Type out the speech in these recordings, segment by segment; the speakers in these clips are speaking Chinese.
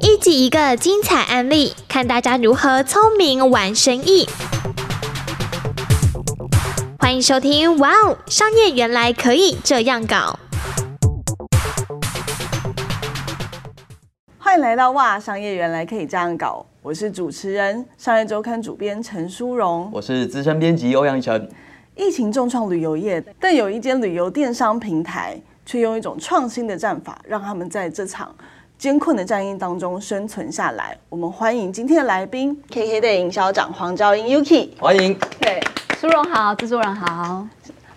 一集一个精彩案例，看大家如何聪明玩生意。欢迎收听《哇哦，商业原来可以这样搞欢迎来到哇，商业原来可以这样搞，我是主持人商业周刊主编陈淑荣。我是资深编辑欧阳一晨。疫情重创旅游业，但有一间旅游电商平台却用一种创新的战法，让他们在这场艰困的战役当中生存下来。我们欢迎今天的来宾，KK 的营销长黄昭英 Yuki。欢迎，对，苏荣好，制作人好。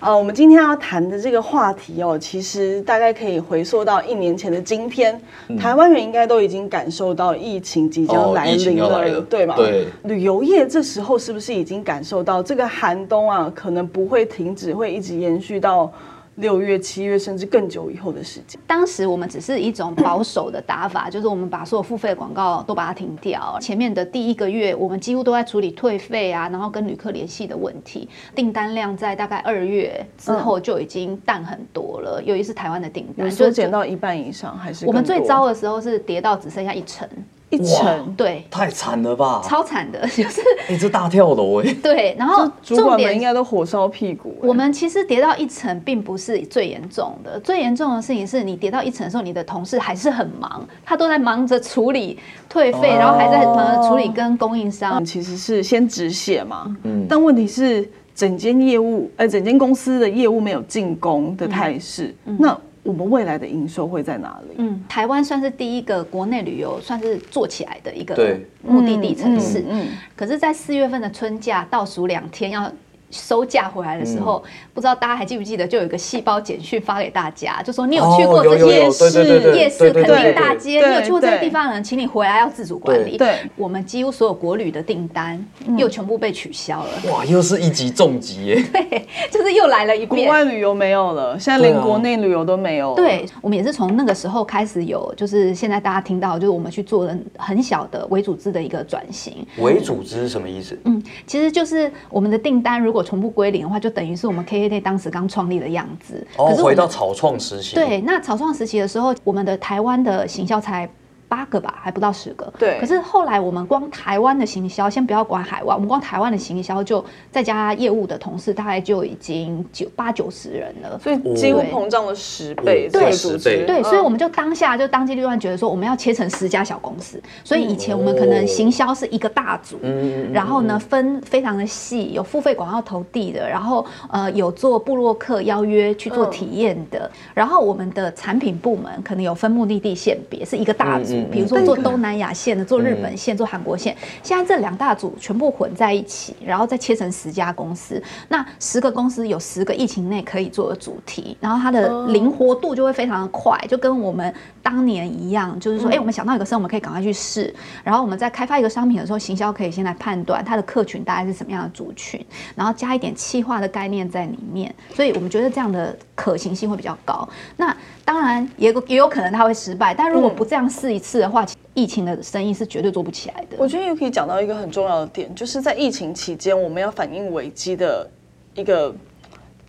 呃，我们今天要谈的这个话题哦，其实大概可以回溯到一年前的今天，台湾人应该都已经感受到疫情即将嗯哦来疫情临要了，来了对吧？对旅游业这时候是不是已经感受到这个寒冬啊，可能不会停止，会一直延续到六月、七月甚至更久以后的时间？当时我们只是一种保守的 打法，就是我们把所有付费广告都把它停掉。前面的第一个月，我们几乎都在处理退费啊，然后跟旅客联系的问题。订单量在大概二月之后就已经淡很多了，尤其是台湾的订单，有就缩是减到一半以上还是我们最更多糟的时候是跌到只剩下一成，一成，对，太惨了哦吧！超惨的， 就是哎、这大跳楼哎、对。然后主重管们点应该都火烧屁股、欸我们其实跌到一层并不是最严重的，最严重的事情是你跌到一层的时候，你的同事还是很忙，他都在忙着处理退费，哦然后还在忙着处理跟供应商嗯，。其实是先止血嘛，嗯嗯但问题是整间业务，呃，整间公司的业务没有进攻嗯的态势，那我们未来的营收会在哪里？嗯，台湾算是第一个国内旅游算是做起来的一个对目的地城市，嗯，可是，在四月份的春假倒数两天要收假回来的时候，嗯不知道大家还记不记得，就有一个细胞简讯发给大家，就说你有去过这哦有有些有对对对对夜市、对对垦对丁对大对街，对你有去过这些对地方的人，请你回来要自主管理。对嗯对我们几乎所有国旅的订单又全部被取消了， 哇，又是一级重击耶、对，就是又来了一国遍。外旅游没有了，现在啊连国内旅游都没有了。对，我们也是从那个时候开始有，就是现在大家听到，就是我们去做了很小的微组织的一个转型。为组织是什么意思？嗯，其实就是我们的订单如果全部归零的话，就等于是我们 KKday 当时刚创立的样子。哦，我回们到草创时期。对，那草创时期的时候，我们的台湾的行销才。八个吧，还不到十个。对可是后来我们光台湾的行销，先不要管海外，我们光台湾的行销就再加业务的同事，大概就已经九八九十人了。所以几乎对膨胀了十对倍，这个组十倍织。对，嗯所以我们就当下就当机立断，觉得说我们要切成十家小公司。所以以前我们可能行销是一个大组，然后呢分非常的细，有付费广告投递的，然后呃有做部落客邀约去做体验的，然后我们的产品部门可能有分目的地线别是一个大组，比如说做东南亚线的，做日本线，做韩国线。现在这两大组全部混在一起，然后再切成十家公司，那十个公司有十个疫情内可以做的主题，然后它的灵活度就会非常的快，就跟我们当年一样，就是说，哎、我们想到一个事，我们可以赶快去试。然后我们在开发一个商品的时候，行销可以先来判断它的客群大概是什么样的族群，然后加一点气化的概念在里面，所以我们觉得这样的可行性会比较高。那当然也有也有可能它会失败，但如果不这样试一次的话，其疫情的生意是绝对做不起来的。我觉得又可以讲到一个很重要的点，就是在疫情期间，我们要反应危机的一个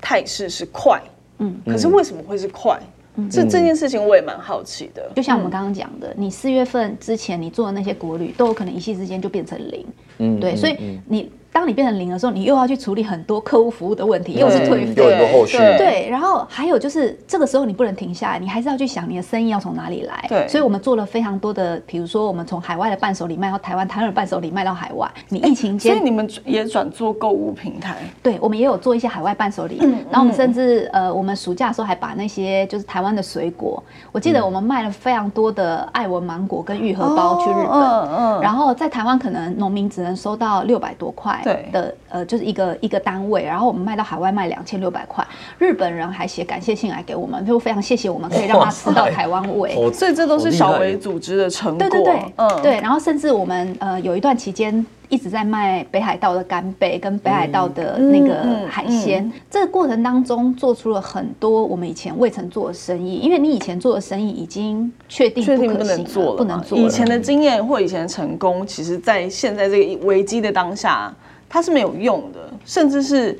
态势是快，嗯，可是为什么会是快？嗯嗯这这件事情我也蛮好奇的。就像我们刚刚讲的，你四月份之前你做的那些国旅，都有可能一夕之间就变成零。嗯，对，所以你当你变成零的时候，你又要去处理很多客户服务的问题，又是退嗯又有很费。多后续对对，然后还有就是，这个时候你不能停下来，你还是要去想你的生意要从哪里来。对所以我们做了非常多的，比如说我们从海外的伴手礼卖到台湾，台湾的伴手礼卖到海外。你疫情所以间，你们也转做购物平台，对我们也有做一些海外伴手礼，嗯然后我们甚至呃，我们暑假的时候还把那些就是台湾的水果，我记嗯得我们卖了非常多的爱文芒果跟愈合包去哦日本。嗯然后在台湾可能农民只能收到六百多块对的，呃，就是一个一个单位，然后我们卖到海外卖两千六百块，日本人还写感谢信来给我们，就非常谢谢我们可以让他吃到哇塞台湾味。好所以这都是小好厉害微耶组织的成果。对对对，嗯，对。然后甚至我们呃有一段期间一直在卖北海道的干贝跟北海道的那嗯嗯个海鲜，这个过程当中做出了很多我们以前未曾做的生意，因为你以前做的生意已经确定确定不不可行能做了嘛，不能做以了。前的经验或以前的成功，其实在现在这个危机的当下，它是没有用的，甚至是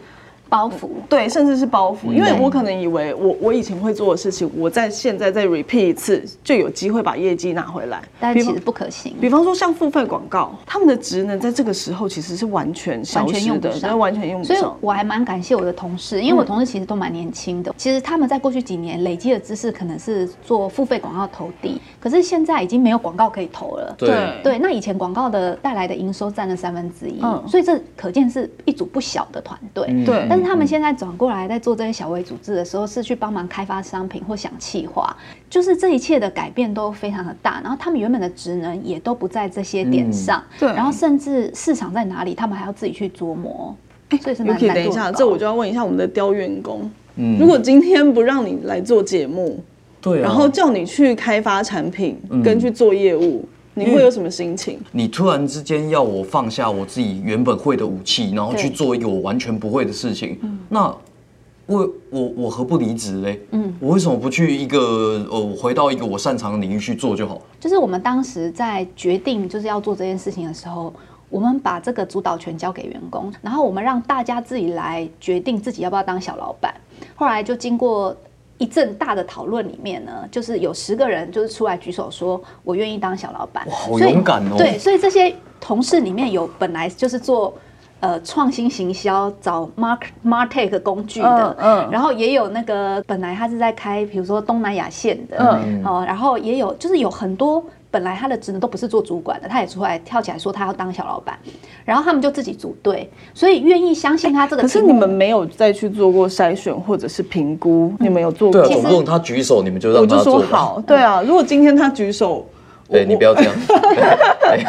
包袱。对，甚至是包嗯袱，因为我可能以为我我以前会做的事情，我在现在再 repeat 一次，就有机会把业绩拿回来。但比其方实不可行。比方说像付费广告，他们的职能在这个时候其实是完全消完全失用不的，上那完全用不所以上。我还蛮感谢我的同事，嗯因为我同事其实都蛮年轻的。其实他们在过去几年累积的知识可能是做付费广告投递，可是现在已经没有广告可以投了。对对，那以前广告的带来的营收占了三分之一嗯，所以这可见是一组不小的团队。嗯对但是他们现在转过来在做这些小微组织的时候，是去帮忙开发商品或想企划，就是这一切的改变都非常的大。然后他们原本的职能也都不在这些点上，嗯对然后甚至市场在哪里，他们还要自己去琢磨，所以是蛮 Yuki，难哎等一度下，很高这我就要问一下我们的雕员工，嗯如果今天不让你来做节目，对啊，然后叫你去开发产品跟去做业务，你会有什么心情？你突然之间要我放下我自己原本会的武器，然后去对嗯做一个我完全不会的事情，那我我我何不离职嘞？嗯，我为什么不去一个呃，我回到一个我擅长的领域去做就好？就是我们当时在决定就是要做这件事情的时候，我们把这个主导权交给员工，然后我们让大家自己来决定自己要不要当小老板。后来就经过一阵大的讨论里面呢，就是有十个人就是出来举手说，我愿意当小老板。哇好所以勇敢哦对，所以这些同事里面有本来就是做。呃，创新行销找 mark martech 工具的，嗯嗯然后也有那个本来他是在开，比如说东南亚线的，嗯哦，然后也有就是有很多本来他的职能都不是做主管的，他也出来跳起来说他要当小老板，然后他们就自己组队，所以愿意相信他这个可是题目。你们没有再去做过筛选或者是评估，你们有做对过啊，吗？总不能他举手你们就我让就他说做吧。好，嗯对啊，如果今天他举手，对你不要这 样，哎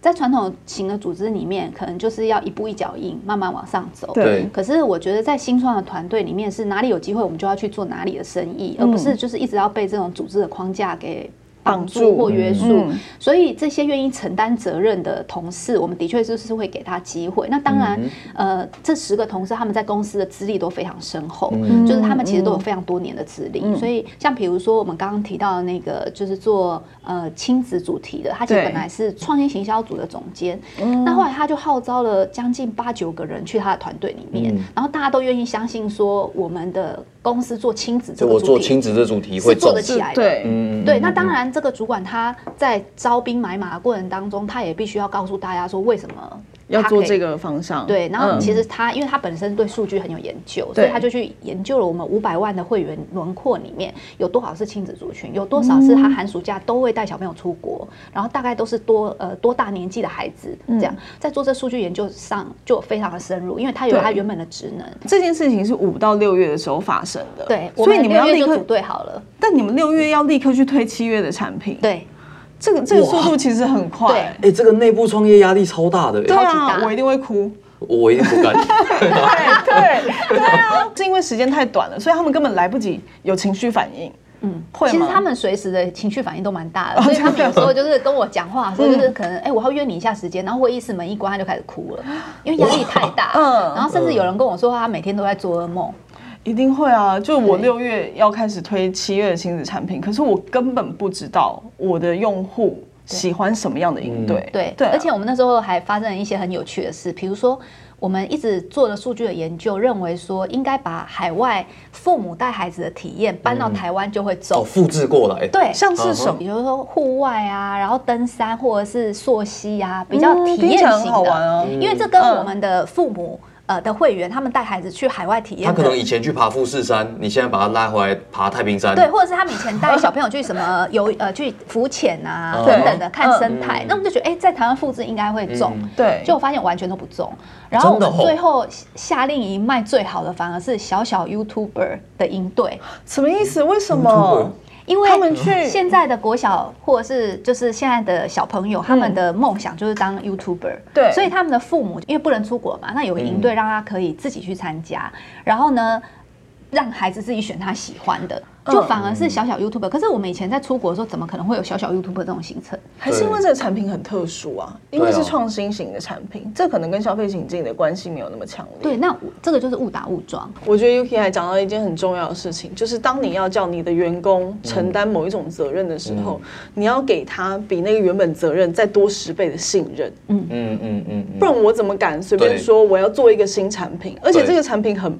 在传统型的组织里面，可能就是要一步一脚印，慢慢往上走。对可是我觉得在新创的团队里面，是哪里有机会我们就要去做哪里的生意，而不是就是一直要被这种组织的框架给。绑绑住住或约束，嗯所以这些愿意承担责任的同事，我们的确就是会给他机会。那当然，呃，这十个同事他们在公司的资历都非常深厚，就是他们其实都有非常多年的资历。所以，像比如说我们刚刚提到的那个，就是做呃亲子主题的，他其实对本来是创新行销组的总监，嗯那后来他就号召了将近八九个人去他的团队里面，嗯然后大家都愿意相信说我们的公司做亲子这就个我主做题亲子的主题是会做中得。起来的。对，嗯对，那当然，这个主管他在招兵买马的过程当中，他也必须要告诉大家说为什么要他做可以这个方向。对，然后嗯其实他、因为他本身对数据很有研究，所对以他就去研究了我们五百万的会员轮廓里面有多少是亲子族群，有多少嗯是他寒暑假都会带小朋友出国，然后大概都是多呃多大年纪的孩子嗯这样，在做这数据研究上就非常的深入，因为他有对他原本的职能。这件事情是五到六月的时候发生的，对，我所以们你们要六立月就刻组，队好了。但你们六月要立刻去推七月的产品，，对，这个这个速度其实很快，哎、这个内部创业压力超大的、对欸，超级啊，大哎我一定会哭，我一定不敢。对对对啊， 是因为时间太短了，所以他们根本来不及有情绪反应，嗯，会其实吗？哦他们随时的情绪反应都蛮大的，所以他们有时候就是跟我讲话的嗯时候，就是可能哎、我要约你一下时间，然后会议室门一关，他就开始哭了，因为压力太大。嗯嗯，然后甚至有人跟我说，他每天都在做噩梦。一定会啊，就我对六月要开始推七月的亲子产品，可是我根本不知道我的用户喜欢什么样的应对，嗯对，对啊，而且我们那时候还发生了一些很有趣的事，比如说我们一直做了数据的研究，认为说应该把海外父母带孩子的体验嗯搬到台湾就会哦， 走。复制过来。对，像是什么？比如说户外啊，然后登山或者是溯溪啊，比较体嗯听验起来型的，很好玩啊因为这跟嗯我们的父母。呃的会员，他们带孩子去海外体验他的，可能以前去爬富士山，你现在把他拉回来爬太平山。对，或者是他们以前带小朋友去什么游呃去浮潜 啊对等等的看嗯生态，那我们就觉得哎、在台湾复制应该会中，对就我发现完全都不中。然后我嗯真的们哦最后下令营卖最好的反而是小小 YouTuber 的营队，什么意思？为什么？因为他们去现在的国小或者是就是现在的小朋友，他们的梦想就是当 YouTuber，嗯对所以他们的父母因为不能出国嘛，那有个营队让他可以自己去参加，然后呢，让孩子自己选他喜欢的。嗯就反而是小小 YouTuber。可是我们以前在出国的时候，怎么可能会有小小 YouTuber 这种行程？还是因为这个产品很特殊啊，因为是创新型的产品，这可能跟消费情境的关系没有那么强烈。对，，那我这个就是误打误撞。我觉得 Yuki 还讲到一件很重要的事情，就是当你要叫你的员工承担某一种责任的时候，嗯你要给他比那个原本责任再多十倍的信任，嗯嗯嗯嗯，不然我怎么敢随便对说我要做一个新产品？而且对这个产品很，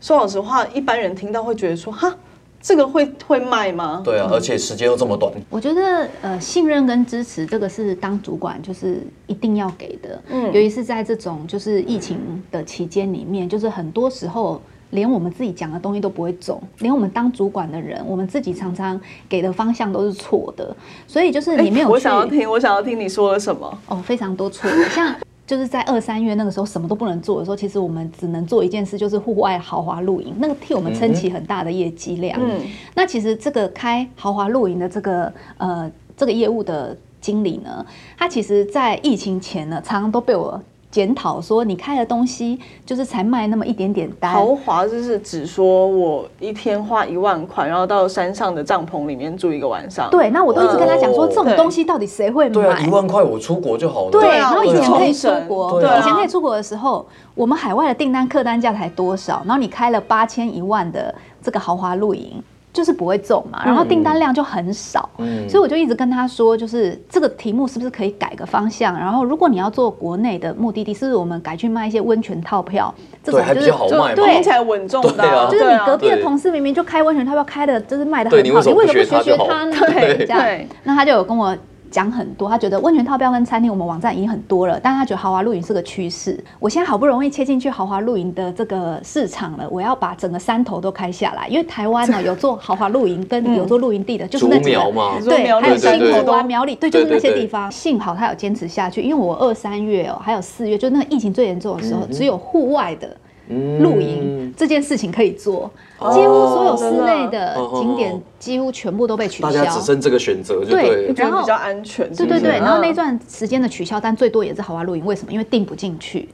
说老实话，一般人听到会觉得说哈，这个会会卖吗？对啊，而且时间又这么短，我觉得呃，信任跟支持这个是当主管就是一定要给的，嗯，尤其是在这种就是疫情的期间里面，就是很多时候。连我们自己讲的东西都不会中，连我们当主管的人，我们自己常常给的方向都是错的，所以就是你没有去、哎我想要听，我想要听你说了什么？哦，非常多错的，像就是在二三月那个时候什么都不能做的时候，其实我们只能做一件事，就是户外豪华露营，那个替我们撑嗯起很大的业绩量。嗯那其实这个开豪华露营的这个呃这个业务的经理呢，他其实在疫情前呢，常常都被我。检讨说你开的东西就是才卖那么一点点单，豪华就是只说我一天花一万块，然后到山上的帐篷里面住一个晚上。对，那我都一直跟他讲说哦这种东西到底谁会买？对啊，一万块我出国就好了。啊对，然后我以就前可以出冲绳国，对啊以前可以出国的时候，我们海外的订单客单价才多少？然后你开了八千一万的这个豪华露营。就是不会中嘛，然嗯后订单量就很少，所以我就一直跟他说，就是这个题目是不是可以改个方向？然后如果你要做国内的目的地，是不是我们改去卖一些温泉套票？这对，种还就比是较好就卖嘛。听起来稳重的、对啊就是你隔壁的对同事明明就开温泉，他要开的就是卖的很对好，你你为为什什么么不学他不学学就好呢？对这样对。那他就有跟我讲很多，他觉得温泉套票跟餐厅我们网站已经很多了，但他觉得豪华露营是个趋势。我现在好不容易切进去豪华露营的这个市场了，我要把整个山头都开下来，因为台湾 呢有做豪华露营跟有做露营地的，就是那竹几个苗。嘛，说对，苗栗还有对新对竹啊、对苗栗，对，就是那些对对对地方。幸好他有坚持下去，因为我二三月哦，还有四月，就那个疫情最严重的时嗯候，只有户外的露营这件事情可以做，几乎所有室内的哦景点几乎全部都被取消嗯大。家只剩这个选择就对对了。觉得然后比较安全。对是不对是啊对，嗯然后那段时间的取消，但最多也是豪华露营，为什么？因为订不进去，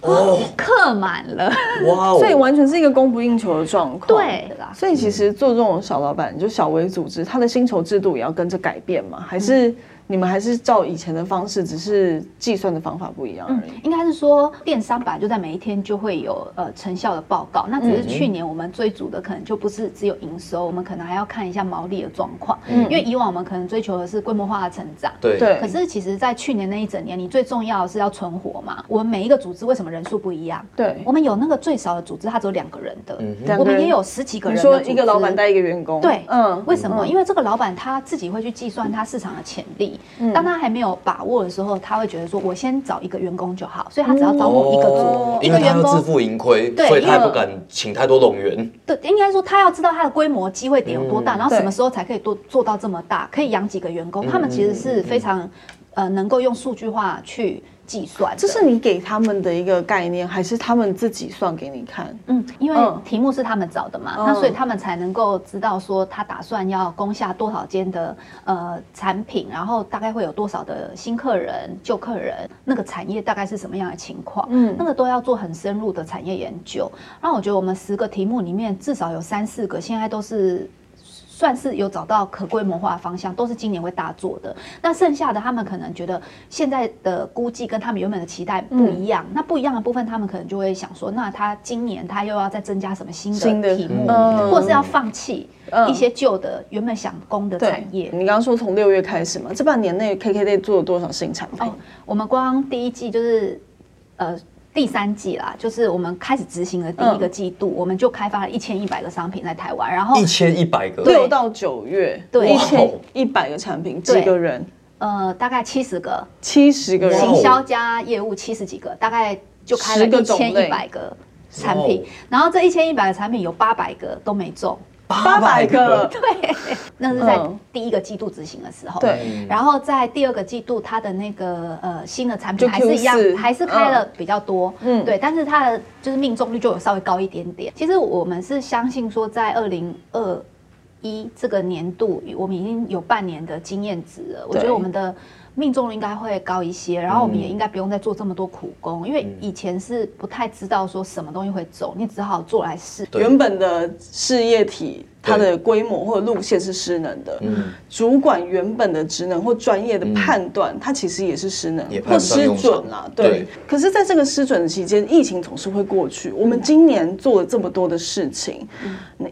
哦，客满了。哇所以哦，完全是一个供不应求的状况。对啦所以其实做这种小老板，就小微组织，他的薪酬制度也要跟着改变嘛？还嗯是你们还是照以前的方式，只是计算的方法不一样而已？应该是说电商本来就在每一天就会有呃成效的报告，那只嗯是去年我们追逐的可能就不是只有营收，我们可能还要看一下毛利的状况，因为以往我们可能追求的是规模化的成长。对嗯对可是其实，在去年那一整年，你最重要的是要存活嘛。我们每一个组织为什么人数不一样？对嗯我，们有那个最少的组织，它只有两个人的，两我个们人也有十几个你人的说组一个老板织带一个员工，对，嗯嗯，，为什么？因为这个老板他自己会去计算他市场的潜力，嗯当他还没有把握的时候，他会觉得说，我先找一个员工就好，所以他只要找某一个哦组，一因个为他员要自工，负盈亏，对所以他因为也不敢请太多冗员。对，应该说他要知道他的规模机会点有嗯多大，然后对什么时候才可以多做到这么大，可以养几个员工，他们其实嗯是非常呃能够用数据化去计算的，这是你给他们的一个概念，还是他们自己算给你看？嗯，因为嗯题目是他们找的嘛，那所以他们才能够知道说他打算要攻下多少间的呃产品，然后大概会有多少的新客人、旧客人，那个产业大概是什么样的情况，嗯，那个都要做很深入的产业研究。然后我觉得我们十个题目里面至少有三四个现在都是算是有找到可规模化的方向，都是今年会大做的。那剩下的他们可能觉得现在的估计跟他们原本的期待不一嗯样，那不一样的部分，他们可能就会想说，那他今年他又要再增加什么新新的的题目，嗯或者是要放弃嗯一些旧的、原本想攻的对产，业。你刚刚说从六月开始嘛，这半年内 KKday 做了多少新产品？哦，我们光第一季就是呃第三季啦，就是我们开始执行的第一个季度，我们就开发了一千一百个商品在台湾，然后嗯一千一百个，六到九月，对一千一百个产品，对几个人？呃大概七十个七十个人，哇哦行销加业务七十几个，大概就开了10个一种千类一百个产品哇哦，然后这一千一百个产品有八百个都没中，八百个，那是在嗯第一个季度执行的时候。对。然后在第二个季度，它的那个呃新的产就品还是一样 Q4，还是开了比较多，嗯嗯，对，但是它的就是命中率就有稍微高一点点。其实我们是相信说，在二零二一这个年度，我们已经有半年的经验值了，我觉得对我们的命中率应该会高一嗯些，然后我们也应该不用再做这么多苦工，因为以前是不太知道说什么东西会走，你只好做来试。对原本的事业体，它对嗯的规模或者路线是失能的。主管原本的职能或专业的判断，它其实也是失能也或派不上失用场准啦。对对。可是，在这个失准的期间，疫情总是会过去。我们今年做了这么多的事情，嗯那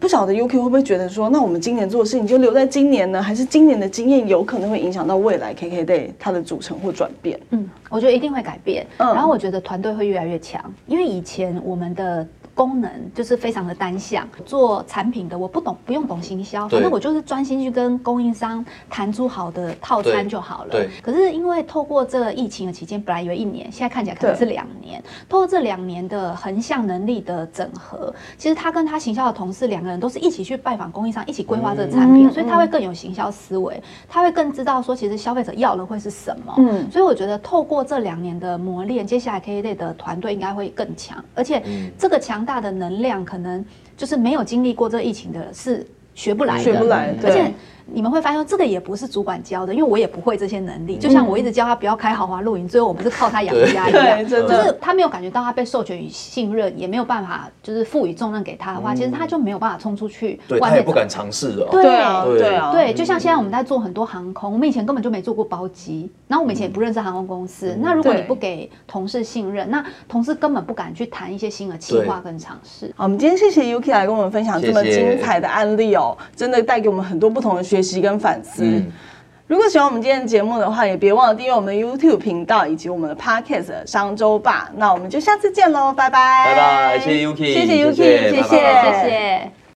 不晓得 UK 会不会觉得说，那我们今年做的事情就留在今年呢？还是今年的经验有可能会影响到未来 KKday 它的组成或转变？嗯，我觉得一定会改变。嗯然后我觉得团队会越来越强，因为以前我们的。功能就是非常的单向，做产品的我不懂，不用懂行销，对反正我就是专心去跟供应商谈出好的套餐对就好了。对可是因为透过这个疫情的期间，本来以为一年，现在看起来可能对是两年。透过这两年的横向能力的整合，其实他跟他行销的同事两个人都是一起去拜访供应商，一起规划这个产品，嗯所以他会更有行销思维，他会更知道说其实消费者要的会是什么。嗯所以我觉得透过这两年的磨练，接下来 K A 类的团队应该会更强，而且嗯这个强大的能量可能就是没有经历过这个疫情的是学不来的，学不来，而对且。你们会发现，这个也不是主管教的，因为我也不会这些能嗯力。就像我一直教他不要开豪华露营，最后我们是靠他养家一对，样。真就的是他没有感觉到他被授权与信任，也没有办法就是赋予重任给他的话，其实他就没有办法冲出去嗯对外他也面不找。敢尝试哦。对对啊，对对啊，对，就像现在我们在做很多航空，我们以前根本就没做过包机，然后我们以前也不认识航空公司。那如果你对不给同事信任，那同事根本不敢去谈一些新的计划跟尝试。好，我们今天谢谢 Yuki 来跟我们分享这么谢谢精彩的案例哦，真的带给我们很多不同的学习跟反思。嗯如果喜欢我们今天的节目的话，也别忘了订阅我们的 YouTube 频道以及我们的 Podcast 商周吧。那我们就下次见喽，拜拜，拜拜谢谢 Yuki，谢谢 Yuki，谢谢拜拜谢谢。